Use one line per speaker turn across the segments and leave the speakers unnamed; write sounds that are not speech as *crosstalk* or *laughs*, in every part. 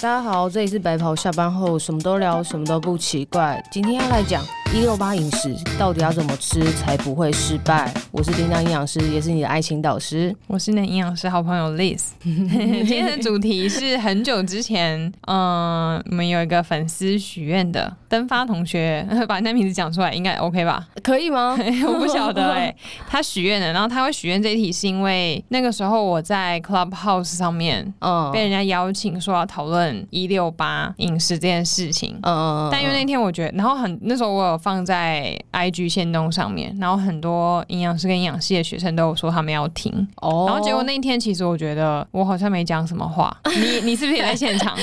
大家好，这里是白袍，下班后什么都聊，什么都不奇怪。今天要来讲一六八饮食到底要怎么吃才不会失败。我是叮当营养师，也是你的爱情导师。
我是你的营养师好朋友 Liz。今 *laughs* 天的主题是很久之前，嗯、我们有一个粉丝许愿的登发同学， *laughs* 把那名字讲出来应该 OK 吧？
*laughs*
*laughs*
可以 *laughs* 吗？
我不晓
*laughs*
得哎、他许愿的，然后他会许愿这一题是因为那个时候我在 Clubhouse 上面
嗯
被人家邀请说要讨论一六八饮食这件事情。
嗯
但因为那天我觉得，然后很那时候我有放在 IG 线动上面，然后很多营养师跟营养系的学生都有说他们要听，
哦
然后结果那一天，其实我觉得我好像没讲什么话。 *laughs* 你你是不是也在现场？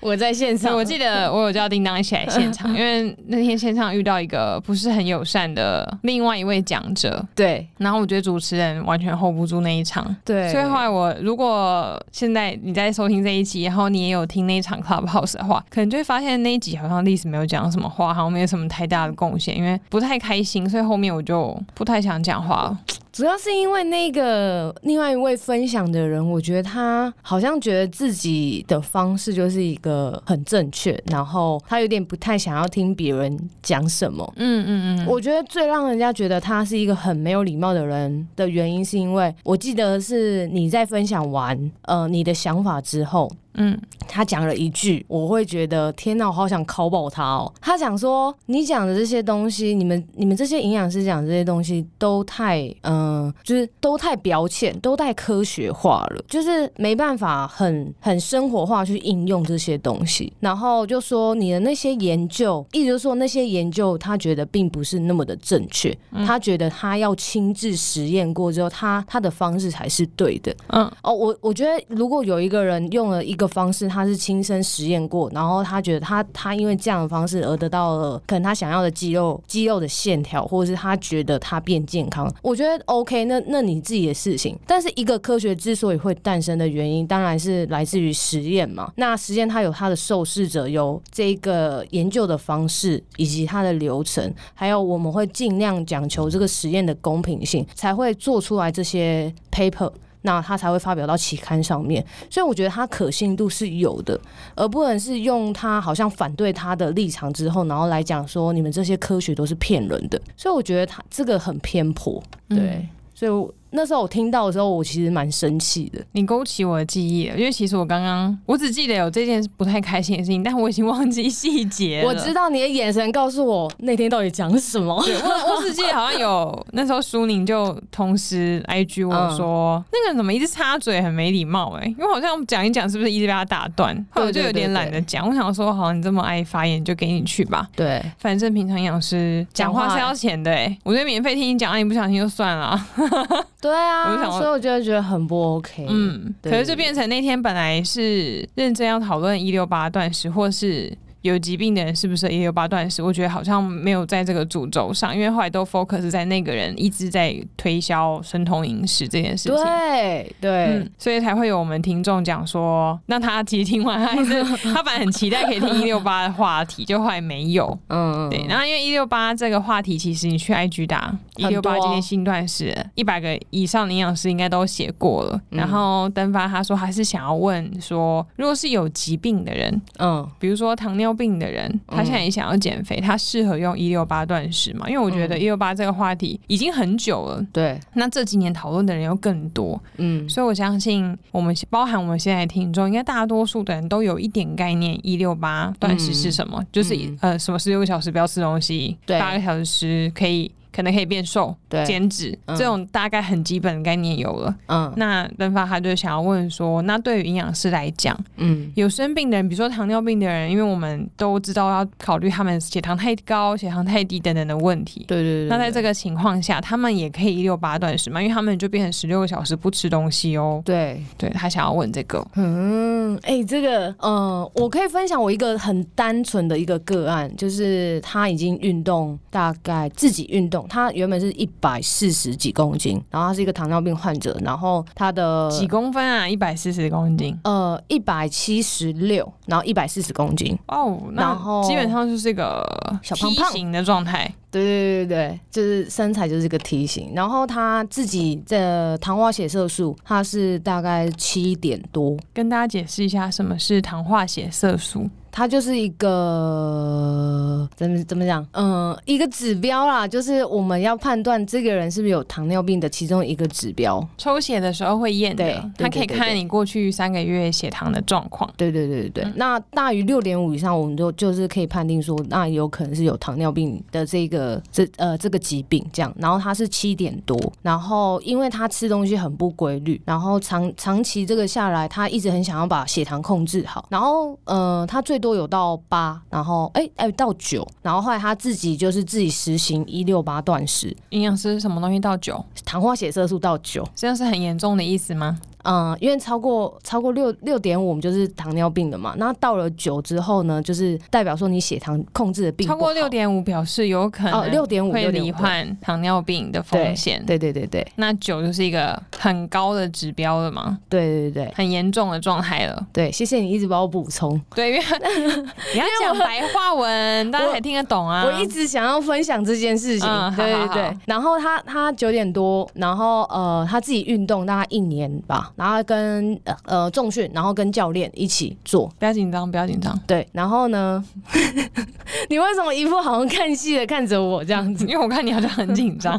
我在线
对
上，
我记得我有叫叮当一起来现场，因为那天现场遇到一个不是很友善的另外一位讲者，
对
然后我觉得主持人完全 hold 不住那一场。
对，
所以后来我如果现在你在收听这一集，然后你也有听那一场 Clubhouse 的话，可能就会发现那一集好像历史没有讲什么话，好像没有什么太大的贡献，因为不太开心，所以后面我就不太想讲话了。
主要是因为那个另外一位分享的人，我觉得他好像觉得自己的方式就是一个很正确，然后他有点不太想要听别人讲什么。
嗯嗯嗯，
我觉得最让人家觉得他是一个很没有礼貌的人的原因，是因为我记得是你在分享完呃你的想法之后，
嗯，
他讲了一句，我会觉得天哪，我好想拷爆他哦。他讲说，你讲的这些东西，你们你们这些营养师讲的这些东西都太，嗯、就是都太表浅，都太科学化了，就是没办法很很生活化去应用这些东西。然后就说你的那些研究，意思就是说那些研究，他觉得并不是那么的正确，他觉得他要亲自实验过之后，他他的方式才是对的。
嗯
哦，我我觉得如果有一个人用了一个方式，他是亲身实验过，然后他觉得他他因为这样的方式而得到了可能他想要的肌肉肌肉的线条，或者是他觉得他变健康，我觉得 OK 那。那你自己的事情，但是一个科学之所以会诞生的原因，当然是来自于实验嘛。那实验它有它的受试者，有这个研究的方式以及它的流程，还有我们会尽量讲求这个实验的公平性，才会做出来这些 paper。那它才会发表到期刊上面，所以我觉得它可信度是有的，而不能是用它好像反对他的立场之后，然后来讲说你们这些科学都是骗人的，所以我觉得他这个很偏颇，对，
嗯
所以我那时候我听到的时候，我其实蛮生气的，
你勾起我的记忆了，因为其实我刚刚我只记得有这件不太开心的事情，但我已经忘记细节了。
我知道你的眼神告诉我那天到底讲什
*laughs*
么，
对我我只记得好像有那时候苏宁就同时
嗯
IG 我说、那个人怎么一直插嘴，很没礼貌哎、因为好像讲一讲是不是一直被他打断，后来我就有点懒得讲，我想说好你这么爱发言就给你去吧，
对，
反正平常营养师讲
讲
话
话
是要钱的哎、我觉得免费听你讲，啊你不想听就算了啊，
对
我就
啊，
想
所以我就觉得很不 OK，嗯，
嗯，
对
可是就变成那天本来是认真要讨论一六八断食，或是有疾病的人是不是一六八断食，我觉得好像没有在这个主轴上，因为后来都 focus 在那个人一直在推销生酮饮食这件事情。
对对、
嗯，所以才会有我们听众讲说，那他其实听完他还是 *laughs* 他本来很期待可以听一六八的话题，就后来没有。
嗯，
对，然后因为一六八这个话题，其实你去 IG 打一
很
六
多
八今天新断食，一百个以上的营养师应该都写过了。
嗯
然后登发他说还是想要问说，如果是有疾病的人，
嗯
比如说糖尿病的人，他现在也想要减肥，他适合用一六八断食吗？因为我觉
嗯
得一六八这个话题已经很久了。
对，
那这几年讨论的人又更多，
嗯
所以我相信我们包含我们现在的听众，应该大多数的人都有一点概念，一六八断食是什么，就是、
嗯
呃什么十六个小时不要吃东西，
对
八个小时吃可以可能可以变瘦、
对，
减脂、
嗯
这种大概很基本的概念有了。
嗯
那人发他就想要问说，那对于营养师来讲，
嗯
有生病的人，比如说糖尿病的人，因为我们都知道要考虑他们血糖太高、血糖太低等等的问题。
对对对，
那在这
个
个情况下，他们也可以一六八断食嘛，因为他们就变成十六个小时不吃东西哦。
对。
对他想要问这个，
嗯，哎、这个，呃，我可以分享我一个很单纯的一个个案，就是他已经运动，大概自己运动，他原本是一百四十几公斤，然后他是一个糖尿病患者，然后他的
几公分啊？一百四十公斤
呃一百七十六，然后一百四十公斤，
哦，
然
那
后
基本上就是一个
小胖胖
T 型的状态，
对对对对，就是身材就是个梯形。然后他自己的糖化血色素，他是大概七点多，
跟大家解释一下什么是糖化血色素。
它就是一个怎么怎么讲？嗯、一个指标啦，就是我们要判断这个人是不是有糖尿病的其中一个指标。
抽血的时候会验
对
的，
对
它可以
对对
看
对
你过去三个月血糖的状况。
对对对对对，
嗯
那大于六点五以上，我们就就是可以判定说，那有可能是有糖尿病的这个这呃这个疾病这样。然后他是七点多，然后因为他吃东西很不规律，然后长长期这个下来，他一直很想要把血糖控制好。然后呃，他最多有到八，然后哎哎到九，然后后来他自己就是自己实行一六八断食，
营养师什么东西到九，
糖化血色素到九，
这样是很严重的意思吗？
嗯，因为超过超过六六点五，我们就是糖尿病了嘛。那到了九之后呢，就是代表说你血糖控制的并不
超
好
过六点五表示有可
哦，六
能
点五
会
六
罹
点
患糖尿病的风险。
对对对对
那九就是一个很高的指标了嘛，
对对对
很严重的状态了。
对，谢谢你一直帮我补充。
对，因为你要讲白话文，大家才听得懂啊。
我一直想要分享这件事情，
嗯
对
好
对
好
对。
好
然后他他九点多，然后呃他自己运动大概一年吧，然后跟呃呃重训，然后跟教练一起做，
不要紧张，不要紧张，
对。然后呢， *laughs* 你为什么一副好像看戏的看着我这样子？
因为我看你好像很紧张。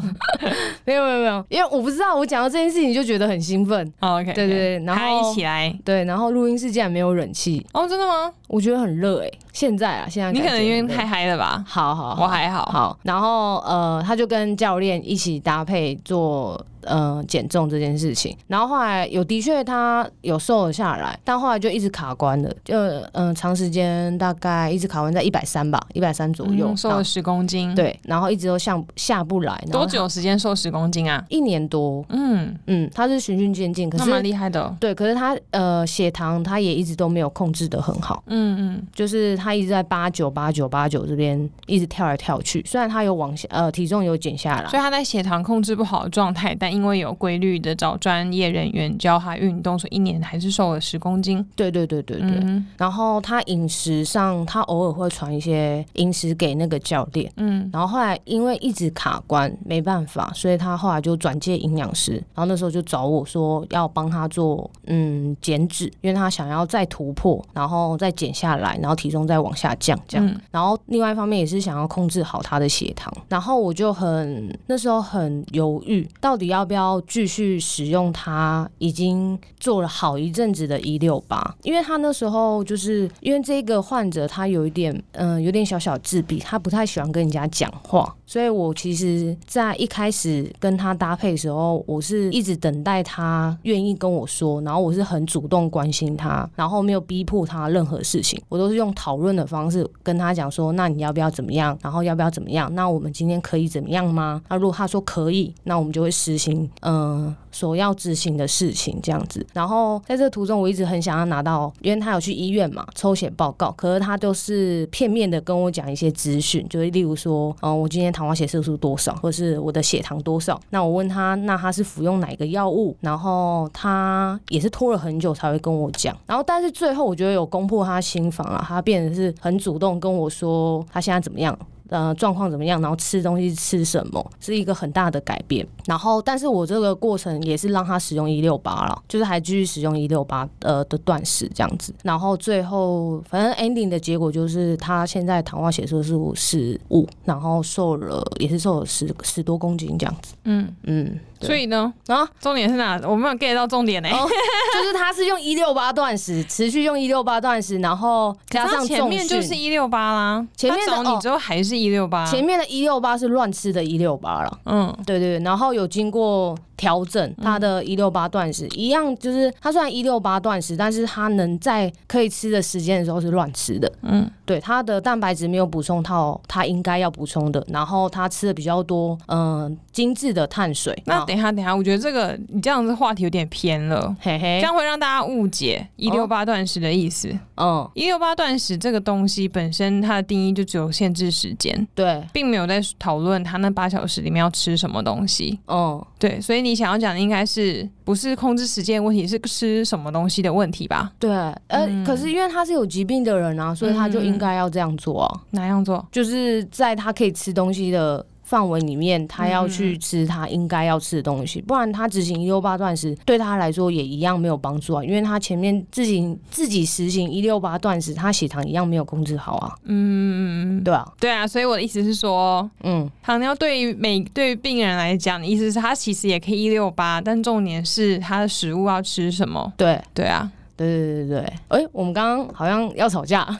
没有没有没有，因为我不知道，我讲到这件事情就觉得很兴奋。
好 OK，
对对对然后
嗨起来。
对，然后录音室竟然没有冷气，
哦，真的吗？
我觉得很热哎、现在啊，现在
你可
感觉
能因为
很热
太嗨了吧？
好好好
我还好。
好，然后呃，他就跟教练一起搭配做呃减重这件事情，然后后来有的确他有瘦了下来，但后来就一直卡关了，就嗯、呃长时间大概一直卡关在一百三吧，一百三左右，
嗯瘦了十公斤。，
对，然后一直都下下不来，然后
多久时间瘦十公斤啊？
一年多，
嗯，
嗯，他是循序渐进，可
那
是
蛮厉害的哦。
对，可是他呃血糖他也一直都没有控制的很好，
嗯嗯，
就是他一直在八九八九八九这边一直跳来跳去。虽然他有往下呃体重有减下来，
所以他在血糖控制不好的状态，但因为有规律的找专业人员教他运动，所以一年还是瘦了十公斤。
对对对对对。
嗯
然后他饮食上，他偶尔会传一些饮食给那个教练。
嗯，
然后后来因为一直卡关，没办法，所以他后来就转介营养师。然后那时候就找我说要帮他做嗯减脂，因为他想要再突破，然后再减下来，然后体重再往下降这样。
嗯
然后另外一方面也是想要控制好他的血糖，然后我就很那时候很犹豫，到底要不要继续使用它已经做了好一阵子的一六八，因为他那时候就是因为这个患者他有一点嗯、有点小小自闭，他不太喜欢跟人家讲话，所以我其实在一开始跟他搭配的时候，我是一直等待他愿意跟我说，然后我是很主动关心他，然后没有逼迫他任何事情，我都是用讨论的方式跟他讲说，那你要不要怎么样，然后要不要怎么样，那我们今天可以怎么样吗？那如果他说可以，那我们就会实行，嗯、所要执行的事情这样子。然后在这途中，我一直很想要拿到，因为他有去医院嘛，抽血报告，可是他都是片面的跟我讲一些资讯，就是例如说，嗯、我今天糖化血色素多少，或是我的血糖多少。那我问他，那他是服用哪个药物？然后他也是拖了很久才会跟我讲。然后但是最后我觉得有攻破他心房啊，他变得是很主动跟我说他现在怎么样，呃状况怎么样，然后吃东西吃什么，是一个很大的改变。然后，但是我这个过程也是让他使用一六八了，就是还继续使用一六八呃的断食这样子。然后最后，反正 ending 的结果就是他现在糖化血色素是五，然后瘦了也是瘦了十十多公斤这样子。
嗯，
嗯，对
所以呢，
啊，
重点是哪？我没有 get 到重点呢、欸
哦就是他是用一六八断食，持续用一六八断食，然后加
然后
上
前
重
面
训。
就是一六八啦，
前面的
他找你
哦
之后还是一六八，
前面的一六八是乱吃的一六八了。
嗯，
对对，对然后有经过调整，他的一六八断食、一样，就是他虽然一六八断食，但是他能在可以吃的时间的时候是乱吃的，
嗯，
对，他的蛋白质没有补充呃到他应该要补充的，然后他吃的比较多，嗯、精致的碳水。
那
啊
等一下，等一下，我觉得这个你这样子话题有点偏了。
嘿
这
嘿，
样会让大家误
哦
解一六八断食的意思。
嗯，
一六八断食这个东西本身，它的定义就只有限制时间，
对，
并没有在讨论它那八小时里面要吃什么东西。
嗯，
对，所以你想要讲的应该是不是控制时间的问题，是吃什么东西的问题吧？
对，呃，可
嗯
是因为他是有疾病的人啊，所以他就应该要这样做啊，
哪样做？
就是在他可以吃东西的。范围里面，他要去吃他应该要吃的东西，不然他执行一六八断食对他来说也一样没有帮助啊，因为他前面自己自己实行一六八断食，他血糖一样没有控制好啊，
嗯，
对啊，
对啊，所以我的意思是说，
嗯，
糖尿对于每对于病人来讲，意思是他其实也可以一六八，但重点是他的食物要吃什么。
对，
对啊， *laughs*
对对对对，哎、我们刚刚好像要吵架。 *laughs*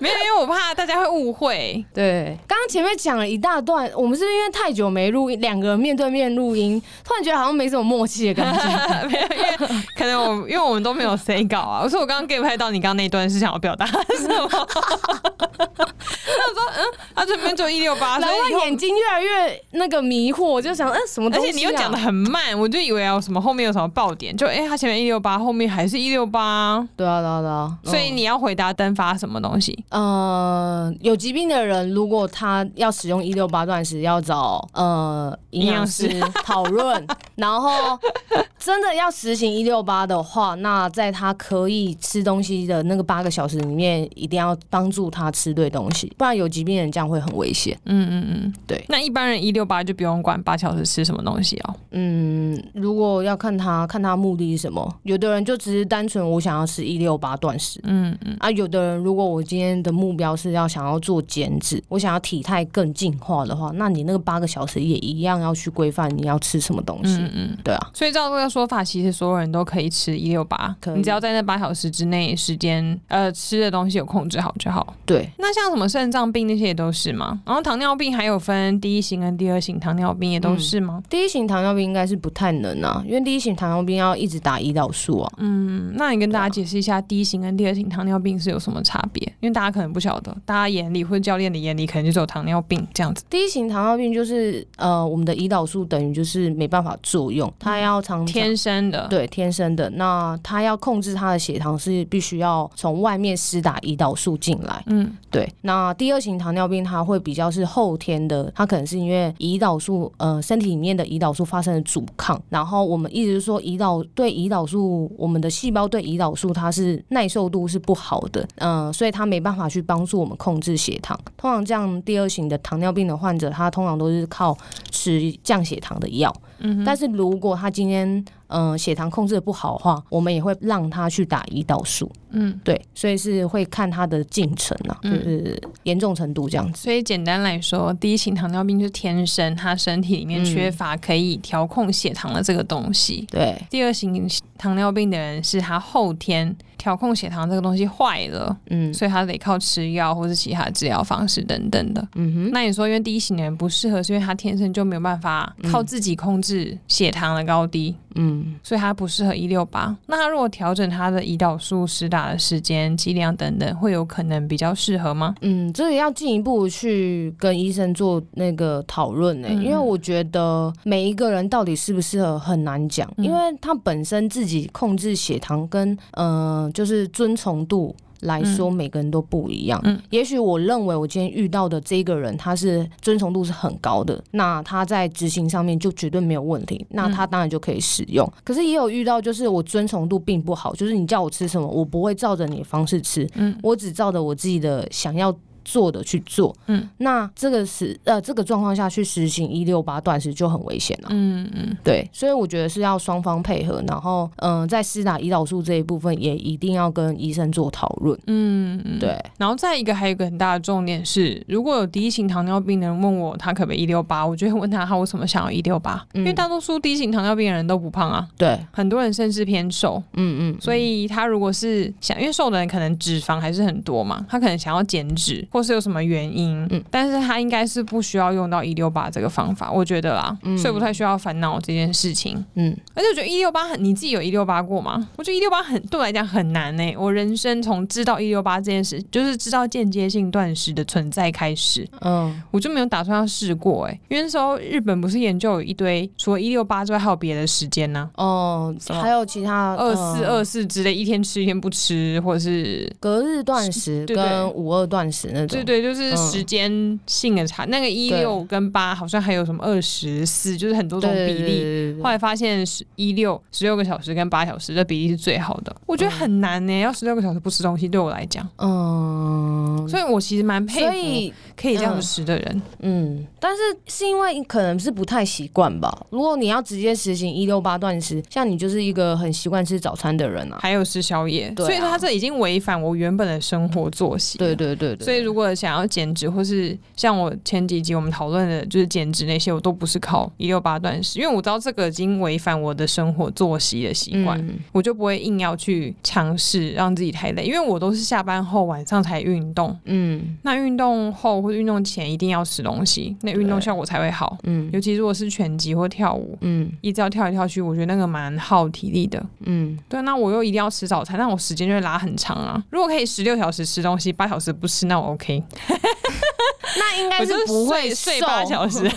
没有，因为我怕大家会
*laughs*
误会。
对，刚刚前面讲了一大段，我们是不是因为太久没录音，两个人面对面录音，突然觉得好像没什么默契的感觉。
没有，因为可能我因为我们都没有 say 稿啊，所以我刚刚 get 不太到你刚刚那段是想要表达
*laughs*
什么。他说，嗯，他这边就一六啊
*laughs*
八，所
然后
以以后
眼睛越来越那个迷惑，我就想，嗯、什么
而
东西、啊？
且你又讲的很慢，我就以为有什么后面有什么爆点，就哎、诶他前面一六八，后面还是一六八，
对啊，对啊，对啊。
所以
嗯、
你要回答单发什么东西？
呃，有疾病的人，如果他要使用一六八断食，要找呃营养师讨
*laughs*
论。然后真的要实行一六八的话，那在他可以吃东西的那个八个小时里面，一定要帮助他吃对东西，不然有疾病的人这样会很危险。
嗯嗯嗯，
对。
那一般人一六八就不用管八小时吃什么东西哦。
嗯，如果要看他看他目的是什么，有的人就只是单纯我想要吃一六八断食，
嗯嗯
啊，有的人如果我今天的目标是要想要做减脂，我想要体态更进化的话，那你那个八个小时也一样要去规范你要吃什么东西，
嗯嗯。
对啊，
所以照这个说法，其实所有人都可以吃一六八
可，以
你只要在那八小时之内时间，呃，吃的东西有控制好就好。
对，
那像什么肾脏病那些也都是吗？然后糖尿病还有分第一型跟第二型糖尿病也都是吗？
第一型糖尿病应该是不太能啊，因为第一型糖尿病要一直打胰岛素啊，
嗯，那你跟大家解释一下第一型跟第二型糖尿病是有什么差别？因为大家可能不晓得，大家眼里或者教练的眼里可能就只有糖尿病这样子，
第一型糖尿病就是呃，我们的胰岛素等于就是没办法作用，它要常常
天生的。
对，天生的。那他要控制他的血糖是必须要从外面施打胰岛素进来。
嗯，
对，那第二型糖尿病它会比较是后天的，它可能是因为胰岛素呃身体里面的胰岛素发生了阻抗，然后我们一直说胰岛对胰岛素，我们的细胞对胰岛素它是耐受度是不好的，嗯、所以它没办法去帮助我们控制血糖。通常这样第二型的糖尿病的患者，他通常都是靠吃降血糖的药。但是如果他今天嗯、呃血糖控制的不好的话，我们也会让他去打胰岛素。
嗯，
对，所以是会看他的进程啊，就
嗯
是严重程度这样子。
所以简单来说，第一型糖尿病就是天生他身体里面缺乏
嗯
可以调控血糖的这个东西。
对，
第二型糖尿病的人是他后天调控血糖这个东西坏了，
嗯
所以他得靠吃药或是其他治疗方式等等的。
嗯哼，
那你说，因为第一型的人不适合，是因为他天生就没有办法靠自己控制血糖的高低，
嗯
所以他不适合一六八。那他如果调整他的胰岛素施打的时间、剂量等等，会有可能比较适合吗？
嗯，这个要进一步去跟医生做那个讨论呢，欸
嗯
因为我觉得每一个人到底适不适合很难讲，
嗯
因为他本身自己控制血糖跟呃就是遵从度。来说，每个人都不一样。
嗯
也许我认为我今天遇到的这个人，他是遵从度是很高的，那他在执行上面就绝对没有问
嗯
题，那他当然就可以使用。可是也有遇到，就是我遵从度并不好，就是你叫我吃什么，我不会照着你的方式吃，
嗯
我只照着我自己的想要。做的去做，
嗯，
那这个是呃这个状况下去实行一六八断食就很危险了、
嗯嗯。
对，所以我觉得是要双方配合，然后嗯、呃在施打胰岛素这一部分也一定要跟医生做讨论，
嗯，嗯
对，
然后再一个，还有一个很大的重点是，如果有第一型糖尿病的人问我他可不可以一六八，我就会问他他为什么想要一六八，
嗯
因为大多数第一型糖尿病的人都不胖啊，
对，
很多人甚至偏瘦，
嗯嗯，
所以他如果是想，因为瘦的人可能脂肪还是很多嘛，他可能想要减脂，或或是有什么原因，
嗯
但是他应该是不需要用到一六八这个方法，我觉得啦，
嗯
所以不太需要烦恼这件事情。
嗯，
而且我觉得一六八很，你自己有一六八过吗？我觉得一六八很对我来讲很难呢、我人生从知道一六八这件事，就是知道间接性断食的存在开始，
嗯
我就没有打算要试过哎、因为那时候日本不是研究有一堆，除了一六八之外，还有别的时间呢、
哦，
什么
还有其他
二四
呃
二四之类，一天吃一天不吃，或者是
隔日断食
对对
跟五二断食那种
对，对，就是
嗯
时间性的差。那个一六跟八好像还有什么二十四，就是很多种比
对
例。
对对对
后
对
来发现十一六十六个小时跟八小时的比例是最好的，我觉得很难呢、要十六个小时不吃东西对我来讲，
嗯，
所以我其实蛮佩
所
服
以
可以这样子吃的人。
嗯，但是是因为可能是不太习惯吧。如果你要直接实行一六八断食，像你就是一个很习惯吃早餐的人啊。
还有吃宵夜，
对啊
所以他这已经违反我原本的生活作息了。
对对对对，
所以如果想要减脂，或是像我前几集我们讨论的，就是减脂那些，我都不是靠一六八断食，因为我知道这个已经违反我的生活作息的习惯。
嗯
我就不会硬要去尝试让自己太累，因为我都是下班后晚上才运动。
嗯
那运动后或者运动前一定要吃东西，那运动效果才会好。
嗯
尤其如果是拳击或跳舞，
嗯
一直要跳来跳去，我觉得那个蛮耗体力的。
嗯
对，那我又一定要吃早餐，那我时间就会拉很长啊。如果可以十六小时吃东西，八小时不吃，那我 OK。
那应该
我
是
就是
不会瘦
睡，睡八
*laughs*
小时，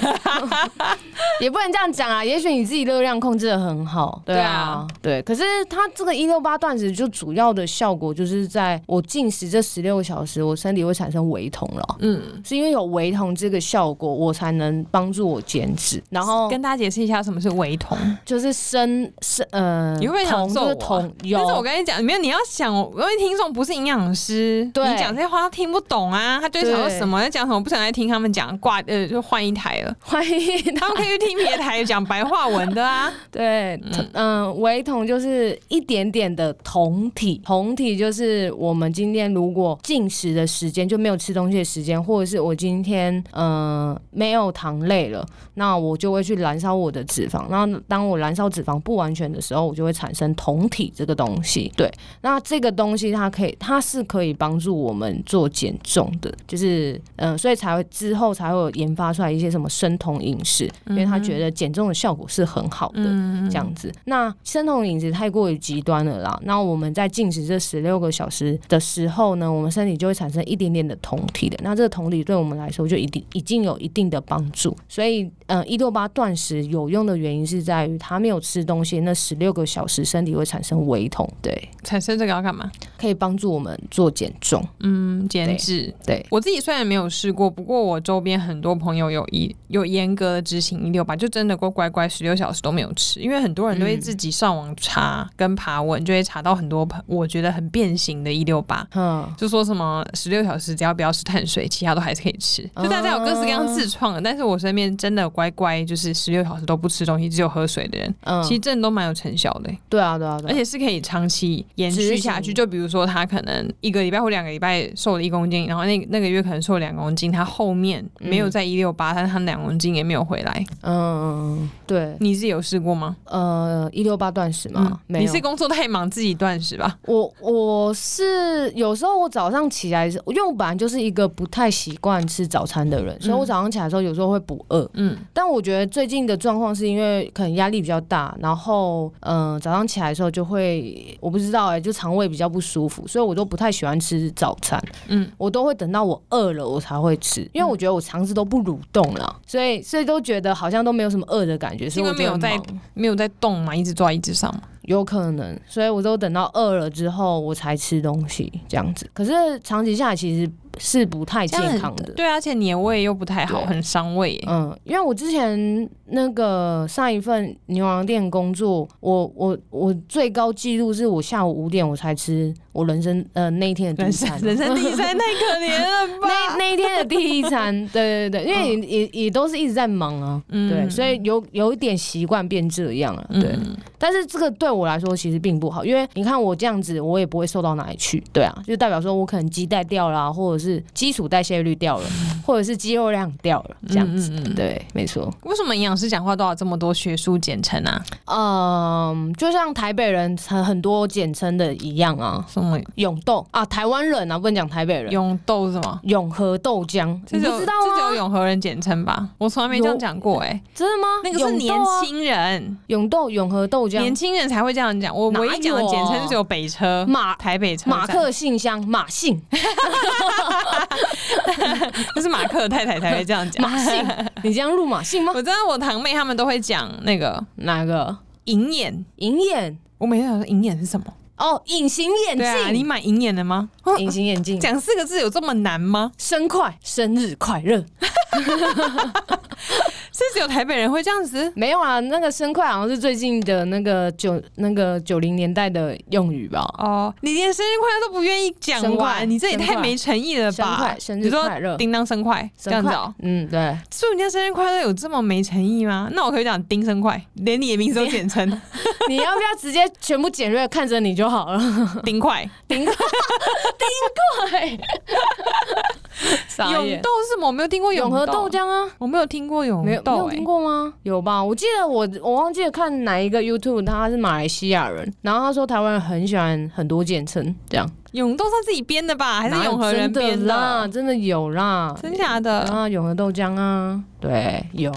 也不能这样讲啊。也许你自己热量控制的很好，对啊，对。可是它这个一六八断食就主要的效果就是在我进食这十六个小时，我身体会产生微酮了，
嗯，
是因为有微酮这个效果，我才能帮助我减脂。然后
*laughs* 跟大家解释一下什么是微酮。
就是生生呃，
你会不会想
酮
揍
就是
我啊
酮有
但是我跟你讲，没有你要想，因为听众不是营养师，
对
你讲这些话他听不懂啊，他就会想说
对
什么在讲什么，不想再听他们讲，挂呃就换一台了。
欢迎
*laughs* 他们可以去听别台讲白话文的啊，
对，嗯，微酮就是一点点的酮体，酮体就是我们今天如果进食的时间就没有吃东西的时间，或者是我今天呃没有糖类了，那我就会去燃烧我的脂肪。那当我燃烧脂肪不完全的时候，我就会产生酮体这个东西。对，那这个东西它可以，它是可以帮助我们做减重的，就是嗯、呃所以才会之后才会有研发出来一些什么生酮饮食，因为他觉得减重的效果是很好的。
嗯，
这样子。那生酮饮食太过于极端了啦。那我们在进食这十六个小时的时候呢，我们身体就会产生一点点的酮体的。那这个酮体对我们来说就一定已经有一定的帮助。所以，呃，一六八断食有用的原因是在于它没有吃东西，那十六个小时身体会产生微酮，对，
产生这个要干嘛？
可以帮助我们做减重。
嗯，减脂。
对，
我自己虽然没有试过，不过我周边很多朋友有一有严格的执行一六八，就真的过乖乖十六小时都没有吃，因为很多人都会
嗯
自己上网查跟爬文，就会查到很多朋我觉得很变形的一六八。
嗯。
就说什么十六小时只要不要吃碳水，其他都还是可以吃。就大家有各式各样自创的，但是我身边真的有乖乖就是十六小时都不吃东西，只有喝水的人，
嗯，
其实真的都蛮有成效的、欸
对啊，对啊，对
而
啊，
且是可以长期延续下
执
去。
行
就比如说他可能一个礼拜或两个礼拜瘦了一公斤，然后那那个月可能瘦了两公斤，他后面没有在一六八，但他两公斤也没有回来。
嗯嗯，嗯对，
你自己有试过吗？嗯
呃，一六八断食嘛，没有
你是工作太忙自己断食吧？
我我是有时候我早上起来的时候，因为我本来就是一个不太习惯吃早餐的人，所以我早上起来的时候有时候会不饿。
嗯，
但我觉得最近的状况是因为可能压力比较大，然后嗯、呃早上起来的时候就会我不知道哎、就肠胃比较不舒服，所以我都不太喜欢吃早餐。
嗯，
我都会等到我饿了我才会吃，因为我觉得我肠子都不蠕动了，所以所以都觉得好像都没有什么饿的感觉，所以
因为
我就
没有
很
在
忙
没有在动嘛，一直坐在椅子上嘛。
有可能，所以我都等到饿了之后我才吃东西这样子。可是长期下来其实是不太
这样
健
很
康的。
对啊，而且你的胃又不太好，
对
很伤胃耶。
嗯，因为我之前那个上一份牛羊店工作，我我我最高记录是我下午五点我才吃我人生呃那一天的第
人
一
生
餐，
人生第一餐太可怜了
*laughs*
吧？
那那一天的第一
*laughs*
餐，对对对，因为也、也也都是一直在忙啊，
嗯
对，所以有有一点习惯变这样了，对。
嗯
但是这个对我来说其实并不好，因为你看我这样子，我也啊
*laughs*
不会瘦到哪里去，对啊，就代表说我可能基代掉啦、或者是基础代谢率掉了，或者是肌肉量掉了这样子。
嗯嗯嗯
对，没错。
为什么营养师讲话都要这么多学术简称啊？
嗯，就像台北人很很多简称的一样啊，
什么
永豆啊，台湾人啊，不能讲台北人，
永豆是吗？
永和豆浆，
这
你
只
不
有
知道啊
这只有
吗？
永和人简称吧？我从来没这样讲过哎、
真的吗？
那个是
永
年
豆啊，
轻人，
永豆永和豆
年
浆，
轻人才会这样讲。我
哪
唯一讲的
有啊
简称只有北车、
马
台北车站
马，克信箱，马信，
那是马克太太才会这样讲。
马
*laughs*
信，你这样入马信吗？
我知道我堂妹他们都会讲那个
哪个？
银眼，
银眼
我每次想说银眼是什么？
哦，隐形眼
对啊，你
镜，
买银眼了吗？哦
隐形眼镜，
讲四个字有这么难吗？
生快，生日快乐。
是只有台北人会这样子？
没有啊，那个生快好像是最近的那个九那个九零年代的用语吧。
哦，你连生日快乐都不愿意讲
生快
完，你这也
生
太
快
没诚意了
生
吧
快？生
你
日
说
快乐
叮当生快这
生
样子
快
哦，
嗯，对，
所以人家生日快乐有这么没诚意吗？那我可以讲丁生快，连你的名字都简
*laughs*
称
*laughs* 你要不要直接全部简略看着你就好了？
丁快。
顶快，顶快， *laughs* 傻
永
眼
豆是什么？我没有听过
永和豆
豆，
浆啊，
我没有听过永
没有没
豆、
有
欸，
听过吗？有吧？我记得我我忘记了看哪一个 YouTube，他是马来西亚人，然后他说台湾人很喜欢很多简称，这样
永豆是他自己编的吧？还是
哪有
永和人
真
编
的啦？？真的有啦，
真假的？
啊，永和豆浆啊，对，有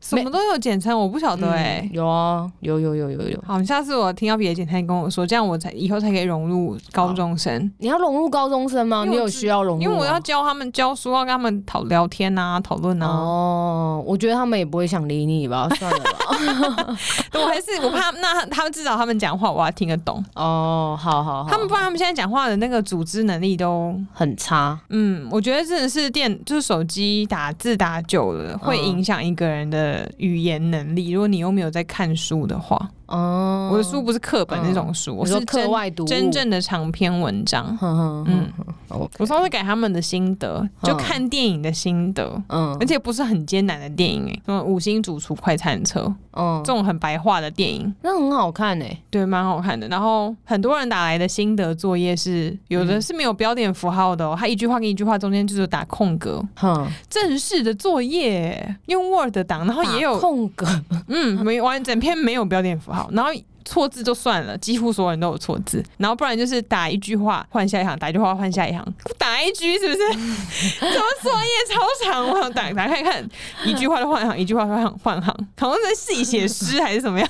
什么都有简称，我不晓得哎、
嗯有啊，有有有有有。
好，你下次我听到别的简称跟我说，这样我才以后才可以融入高中生，
你要融入高中生吗？
因为
你
我
有
自
需要融入吗？
因为我要教他们教书，要跟他们讨聊天啊，讨论啊。
哦，我觉得他们也不会想理你 *laughs* 吧，算了吧。
我还是我怕那他们至少他们讲话我要听得懂，
哦，好好好，
他们不然他们现在讲话的那个组织能力都
很差，
嗯，我觉得真的是电，就是手机打字打久了，会
嗯
影响一个人的语言能力。如果你又没有在看书的话，
哦，
我的书不是课本那种书，我
嗯你说
是
课
真
外读物
真，正的长篇文章。
哼哼
嗯
哼，o
我上次给他们的心得，就
嗯
看电影的心得。
嗯
而且不是很艰难的电影、欸，什么《五星主厨快餐车》
嗯
这，种很白话的电影，
那很好看欸诶，
对，蛮好看的。然后很多人打来的心得作业是，有
嗯
的是没有标点符号的哦，他一句话跟一句话中间就是打空格，
哼，
正式的作业，用 Word 档，然后也
打
有
空格，
嗯，没完整篇没有标点符号，然后错字就算了，几乎所有人都有错字，然后不然就是打一句话换下一行，打一句话换下一行，打一句 *laughs* 是不是？怎么作业超长？我想打打看看，一句话就换行，一句话就换行换行，好像在细写诗还是怎么样，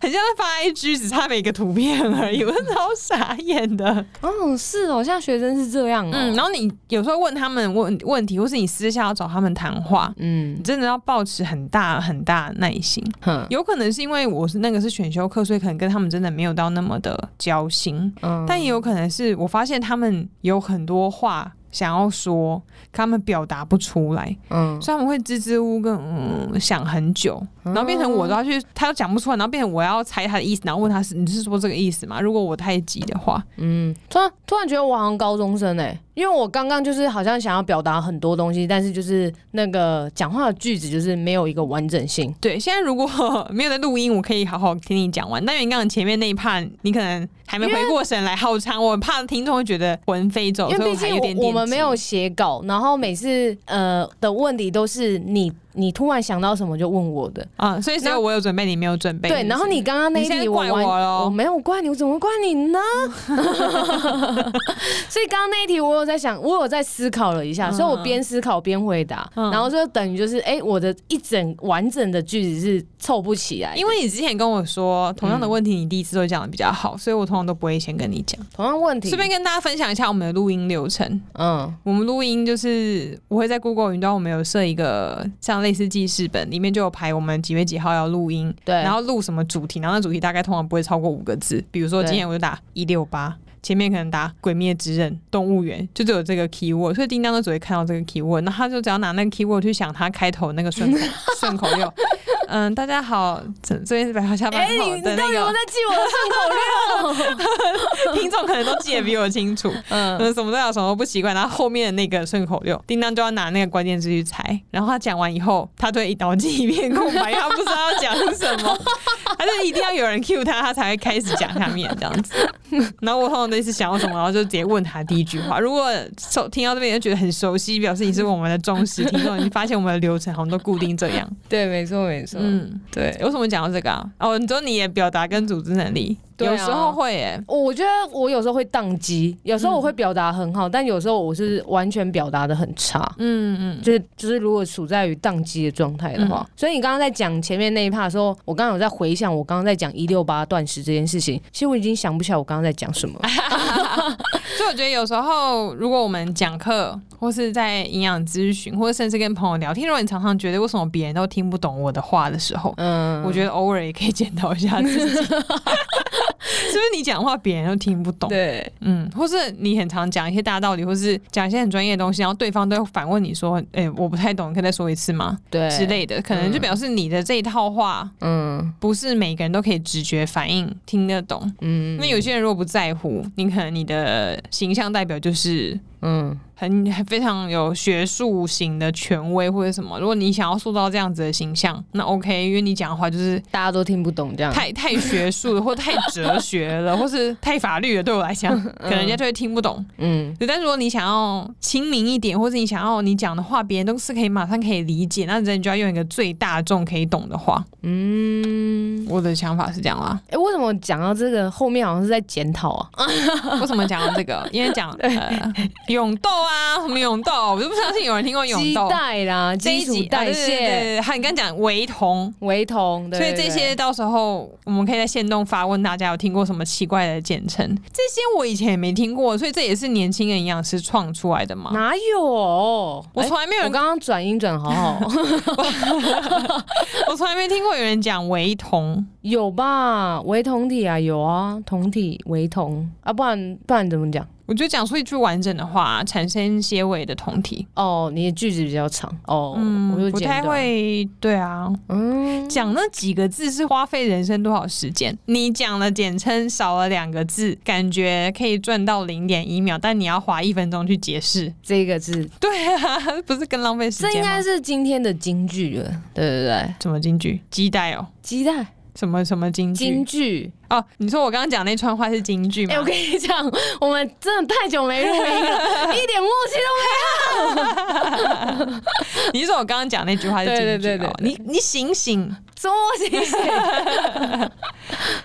很像在发一句，只差每个图片而已，我 *laughs* 真的超傻眼的。
哦，是哦，像学生是这样
嗯，
哦，
然后你有时候问他们问问题，或是你私下要找他们谈话，你
嗯
真的要保持很大很大的耐心。
哼，
有可能是因为我是那个是选修课，所以可能跟他们真的没有到那么的交心，
嗯
但也有可能是我发现他们有很多话想要说，可他们表达不出来，
嗯，
所以他们会支支吾吾跟嗯想很久，然后变成我都要去，他又讲不出来，然后变成我要猜他的意思，然后问他是你是说这个意思吗？如果我太急的话，
嗯，突然突然觉得我好像高中生哎、因为我刚刚就是好像想要表达很多东西，但是就是那个讲话的句子就是没有一个完整性。
对，现在如果 *laughs* 没有在录音，我可以好好听你讲完。但因为你刚刚前面那一 part，你可能还没回过神来，好长，我很怕听众会觉得魂飞走，
因
哦所
为
以我
毕
还有点
竟我
点
我们
急
没有写稿，然后每次呃的问题都是你你突然想到什么就问我的，
啊，所以只有我有准备，你没有准备。
对。然后你刚刚那一
你现
题
在
我
怪
完
我咯
没有怪你，我怎么会怪你呢？
*laughs*
所以刚刚那一题我有在想，我有在思考了一下，
嗯
所以我边思考边回答，
嗯
然后就等于就是哎、我的一整完整的句子是凑不起来的，
因为你之前跟我
嗯
说同样的问题，你第一次都讲的比较好，所以我通常都不会先跟你讲。
同样问题，
顺便跟大家分享一下我们的录音流程。
嗯
我们录音就是我会在 Google 云端，我们有设一个像类似记事本，里面就有排我们几月几号要录音，
对，
然后录什么主题，然后那主题大概通常不会超过五个字。比如说
对
今天我就打一六八，前面可能打《鬼灭之刃》《动物园》，就只有这个 keyword，所以叮当
*laughs*
都只会看到这个 keyword，那他就只要拿那个 keyword 去想他开头那个顺口顺口溜。嗯，大家好，这这边是百花下班
哎、
后
你
的
你到
那
底有没有
个
在记我的顺口溜？
听众可能都记得比我清楚，
嗯，
*laughs* 嗯，什么都要什么都不习惯。然后后面的那个顺口溜，叮当就要拿那个关键字去猜。然后他讲完以后，他对脑筋一片空白，因为他不知道要讲什么， *laughs* 他就一定要有人 cue 他，他才会开始讲下面这样子。 *laughs* 然后我通常都是想要什么，然后就直接问他第一句话。如果收听到这边就觉得很熟悉，表示你是我们的忠实听众，你发现我们的流程好像都固定这样。
对，没错没错，
嗯，
对。
为什么讲到这个啊？哦，你说你也表达跟组织能力，
对啊
有时候会耶、
我觉得我有时候会宕机，有时候我会表达很好，但有时候我是完全表达的很差。
嗯嗯，
就是就是，如果处在于宕机的状态的话，所以你刚刚在讲前面那一 part 的时候，我刚刚有在回想我刚刚在讲一六八断食这件事情，其实我已经想不起来我刚刚在讲什么
*laughs*
了。
所以我觉得有时候，如果我们讲课，或是在营养咨询，或者甚至跟朋友聊天，如果你常常觉得为什么别人都听不懂我的话的时候，
嗯，
我觉得偶尔也可以检讨一下自己，
*laughs*
是不是你讲话别人都听不懂？
对，
嗯，或是你很常讲一些大道理，或是讲一些很专业的东西，然后对方都会反问你说：“哎、我不太懂，你可以再说一次吗？”
对
之，类的，可能就表示你的这一套话
嗯
不是每个人都可以直觉反应听得懂。
嗯
那有些人如果不在乎，你可能你的形象代表就是
嗯
很很非常有学术型的权威或者什么。如果你想要塑造这样子的形象，那 OK，因为你讲的话就是
大家都听不懂这样。
太太学术了，或太哲学了，或是太法律了，对我来讲，可能人家就会听不懂。
嗯
对但如果你想要亲民一点，或是你想要你讲的话，别人都是可以马上可以理解，那人就要用一个最大众可以懂的话。
嗯，
我的想法是这
*laughs*
样啦。
哎、为什么讲到这个后面好像是在检讨啊？
哦为什么讲到这个？因为讲呃永豆啊，什么永豆，我就不相信有人听过永
基
豆。
带啦，
这一
基础
集
代
啊对对对对
谢、
对还有你刚讲维酮，
维酮，对
所以这些到时候我们可以在线动发问大家有听过什么奇怪的简称？这些我以前也没听过，所以这也是年轻人营养师创出来的嘛。
哪有？
我
我
从来没有
*laughs* 我
人，
刚刚转音转好 *laughs* 好，
我从来没听过有人讲维酮，
有吧？维酮体啊，有啊，酮体维酮啊，不然不然怎么讲？
我觉得讲出一句完整的话，产生些微的酮体，
哦，你的句子比较长哦，
嗯
我就，
不
简
太
短，
会，对啊，
嗯，
讲那几个字是花费人生多少时间？你讲了简称少了两个字，感觉可以赚到零点一秒，但你要花一分钟去解释。
这个字，
*laughs* 对啊，不是更浪费时
这应
间
该
吗？
是今天的金句了，对对对，
什么金句？鸡蛋哦，
鸡蛋
什么什么金句
金？句，
哦，你说我刚刚讲那串话是金句吗？
哎、我跟你讲，我们真的太久没录音 *laughs* 了，一点默契都
*laughs* 你是说我刚刚讲那句话是金句？
对对对对
哦
对
你你醒醒！
没有，什么 *laughs* 默契？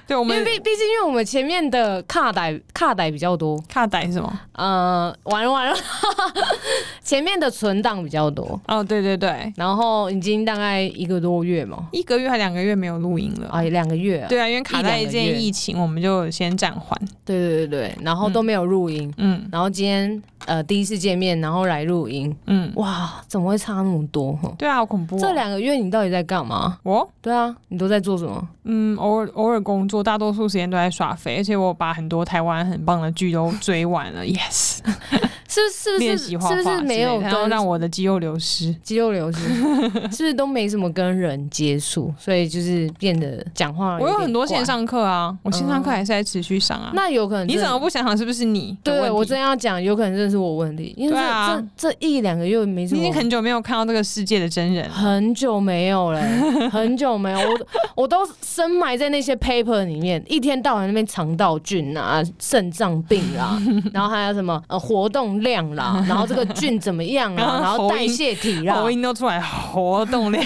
对我
因为
们
毕毕竟，因为我们前面的卡带卡带比较多，
卡带是什么？
呃，完了完了， *laughs* 前面的存档比较多，
哦，对对对，
然后已经大概一个多月嘛，
一个月还两个月没有录音了。
啊，两个月啊，
对啊，因为卡带一
一两
件
个月
疫情，我们就先暂缓。
对对对对，然后都没有录音，
嗯
然后今天呃第一次见面，然后来录音，
嗯，
哇，怎么会差那么多？吼
对啊，好恐怖、哦。
这两个月你到底在干嘛？
我
对啊，你都在做什么？
嗯，偶尔偶尔工作，大多数时间都在耍飞，而且我把很多台湾很棒的剧都追完
*laughs*
了，yes，
是不是
练
是
习
是
画
不
画
是
之类
是不
的，
是没有
然后
跟
让我的肌肉流失。
肌肉
*laughs*
流失？是不是都没什么跟人接触，所以就是变得讲话
我有
哦点
很多
怪
线。上课啊，我线上课还是在持续上啊。
嗯那有可能
你
真
怎
的
么不想想是不是你的问题？
对我真要讲，有可能真的是我问题，因为这、
对啊
这这一两个月没什
你已
么
经。很久没有看到这个世界的真人
*laughs*
了。
很久没有
*laughs*
了、很久没有，我我都深埋在那些 paper 里面，一天到晚那边肠道菌啊、肾脏病
*laughs*
啦、然后还有什么呃活动量啦，然后这个菌怎么样啊，然后代谢体啦
口，音都出来，活
*laughs*
动量。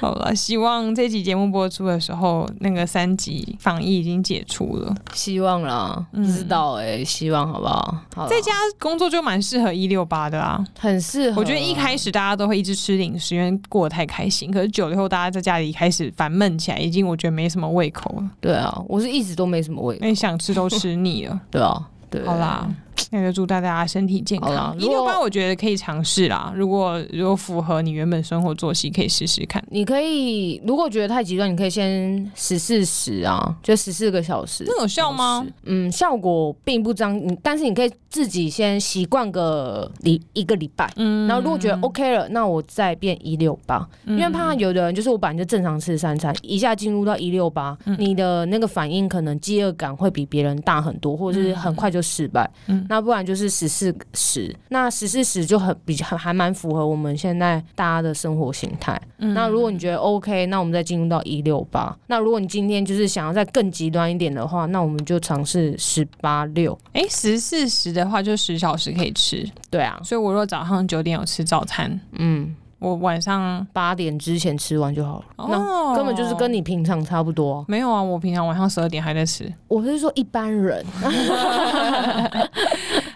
好了，希望这集节目播出的时候，那个三级防疫已经解除了。
希望啦，不
嗯
知道哎、希望好不好？好啦，
在家工作就蛮适合一六八的啊。
很适合，
我觉得一开始大家都会一直吃零食，因为过得太开心。可是久了以后，大家在家里开始烦闷起来，已经我觉得没什么胃口了，
对啊，我是一直都没什么味
因，为想吃都吃腻了
*laughs* 。对啊，对，
嗯好啦，那就祝大家身体健
好啦
康。一
如果
六八我觉得可以尝试啦，如果如果符合你原本生活作息，可以试试看。
你可以如果觉得太极端，你可以先十四十啊，就十四个小时。
那有效吗？
嗯，效果并不彰，嗯但是你可以自己先习惯个礼一个礼拜。
嗯，
然后如果觉得 OK 了，那我再变一六八，因
嗯
为怕有的人就是我本来就正常吃三餐，一下进入到一六八，
嗯
你的那个反应可能饥饿感会比别人大很多，或者是很快就失败。
嗯
那不然就是十四十，那十四十就很比较还蛮符合我们现在大家的生活形态。
嗯
那如果你觉得 OK，那我们再进入到一六八。那如果你今天就是想要再更极端一点的话，那我们就尝试十八六。
哎十四十的话，就十小时可以吃。
对啊，
所以我若早上九点有吃早餐，
嗯，
我晚上
八点之前吃完就好了。那
哦，
根本就是跟你平常差不多啊、
没有啊，我平常晚上十二点还在吃。 *laughs*
我是说一般人，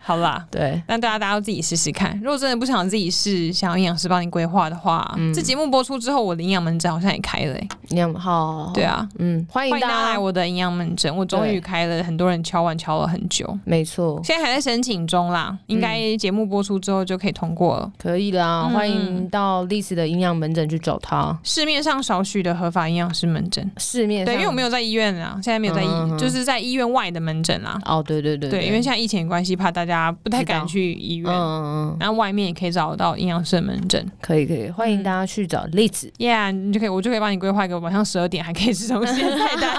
好啦。
对，
那大家大家要自己试试看。如果真的不想自己试，想要营养师帮你规划的话，
嗯
这节目播出之后，我的营养门诊好像也开了、欸。
你好好，好
对，啊，
嗯，欢
欢
迎
迎大
大
家来
家，
我的营养门诊，我终于
对
开了，很多人敲碗敲了很久，
没错，
现在还在申请中啦，应
嗯
该节目播出之后就可以通过了。
可以啦，
嗯
欢迎到历史的营养门诊去找他。
市面上少许的合法营养师门诊，
市面
对，因为我
上
没有在医院啊，现在没有在医，
嗯嗯嗯
就是在医院外的门诊啦。
哦，对对对
对，因为现在疫情的关系，怕大家不太敢
知道
去医院，
嗯嗯嗯，
然后外面也可以找到营养师的门诊。
可以可以，欢迎大家去找例子，
Yeah，你就可以，我就可以帮你规划一个晚上十二点还可以吃东西的菜
*laughs*
单，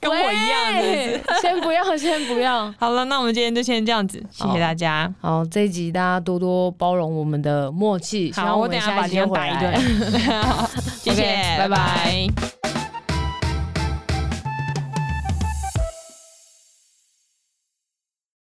跟我一样是不是。
喂， *laughs* 先不
*laughs*
要，先不要。
好了，那我们今天就先这样子，谢谢大家。
好，这一集大家多多包容我们的默契，希
好，
望
我
们
等一
下
把
一集
你
就回 *laughs*
*laughs* 打一
来。
顿。好谢谢
OK，拜拜
拜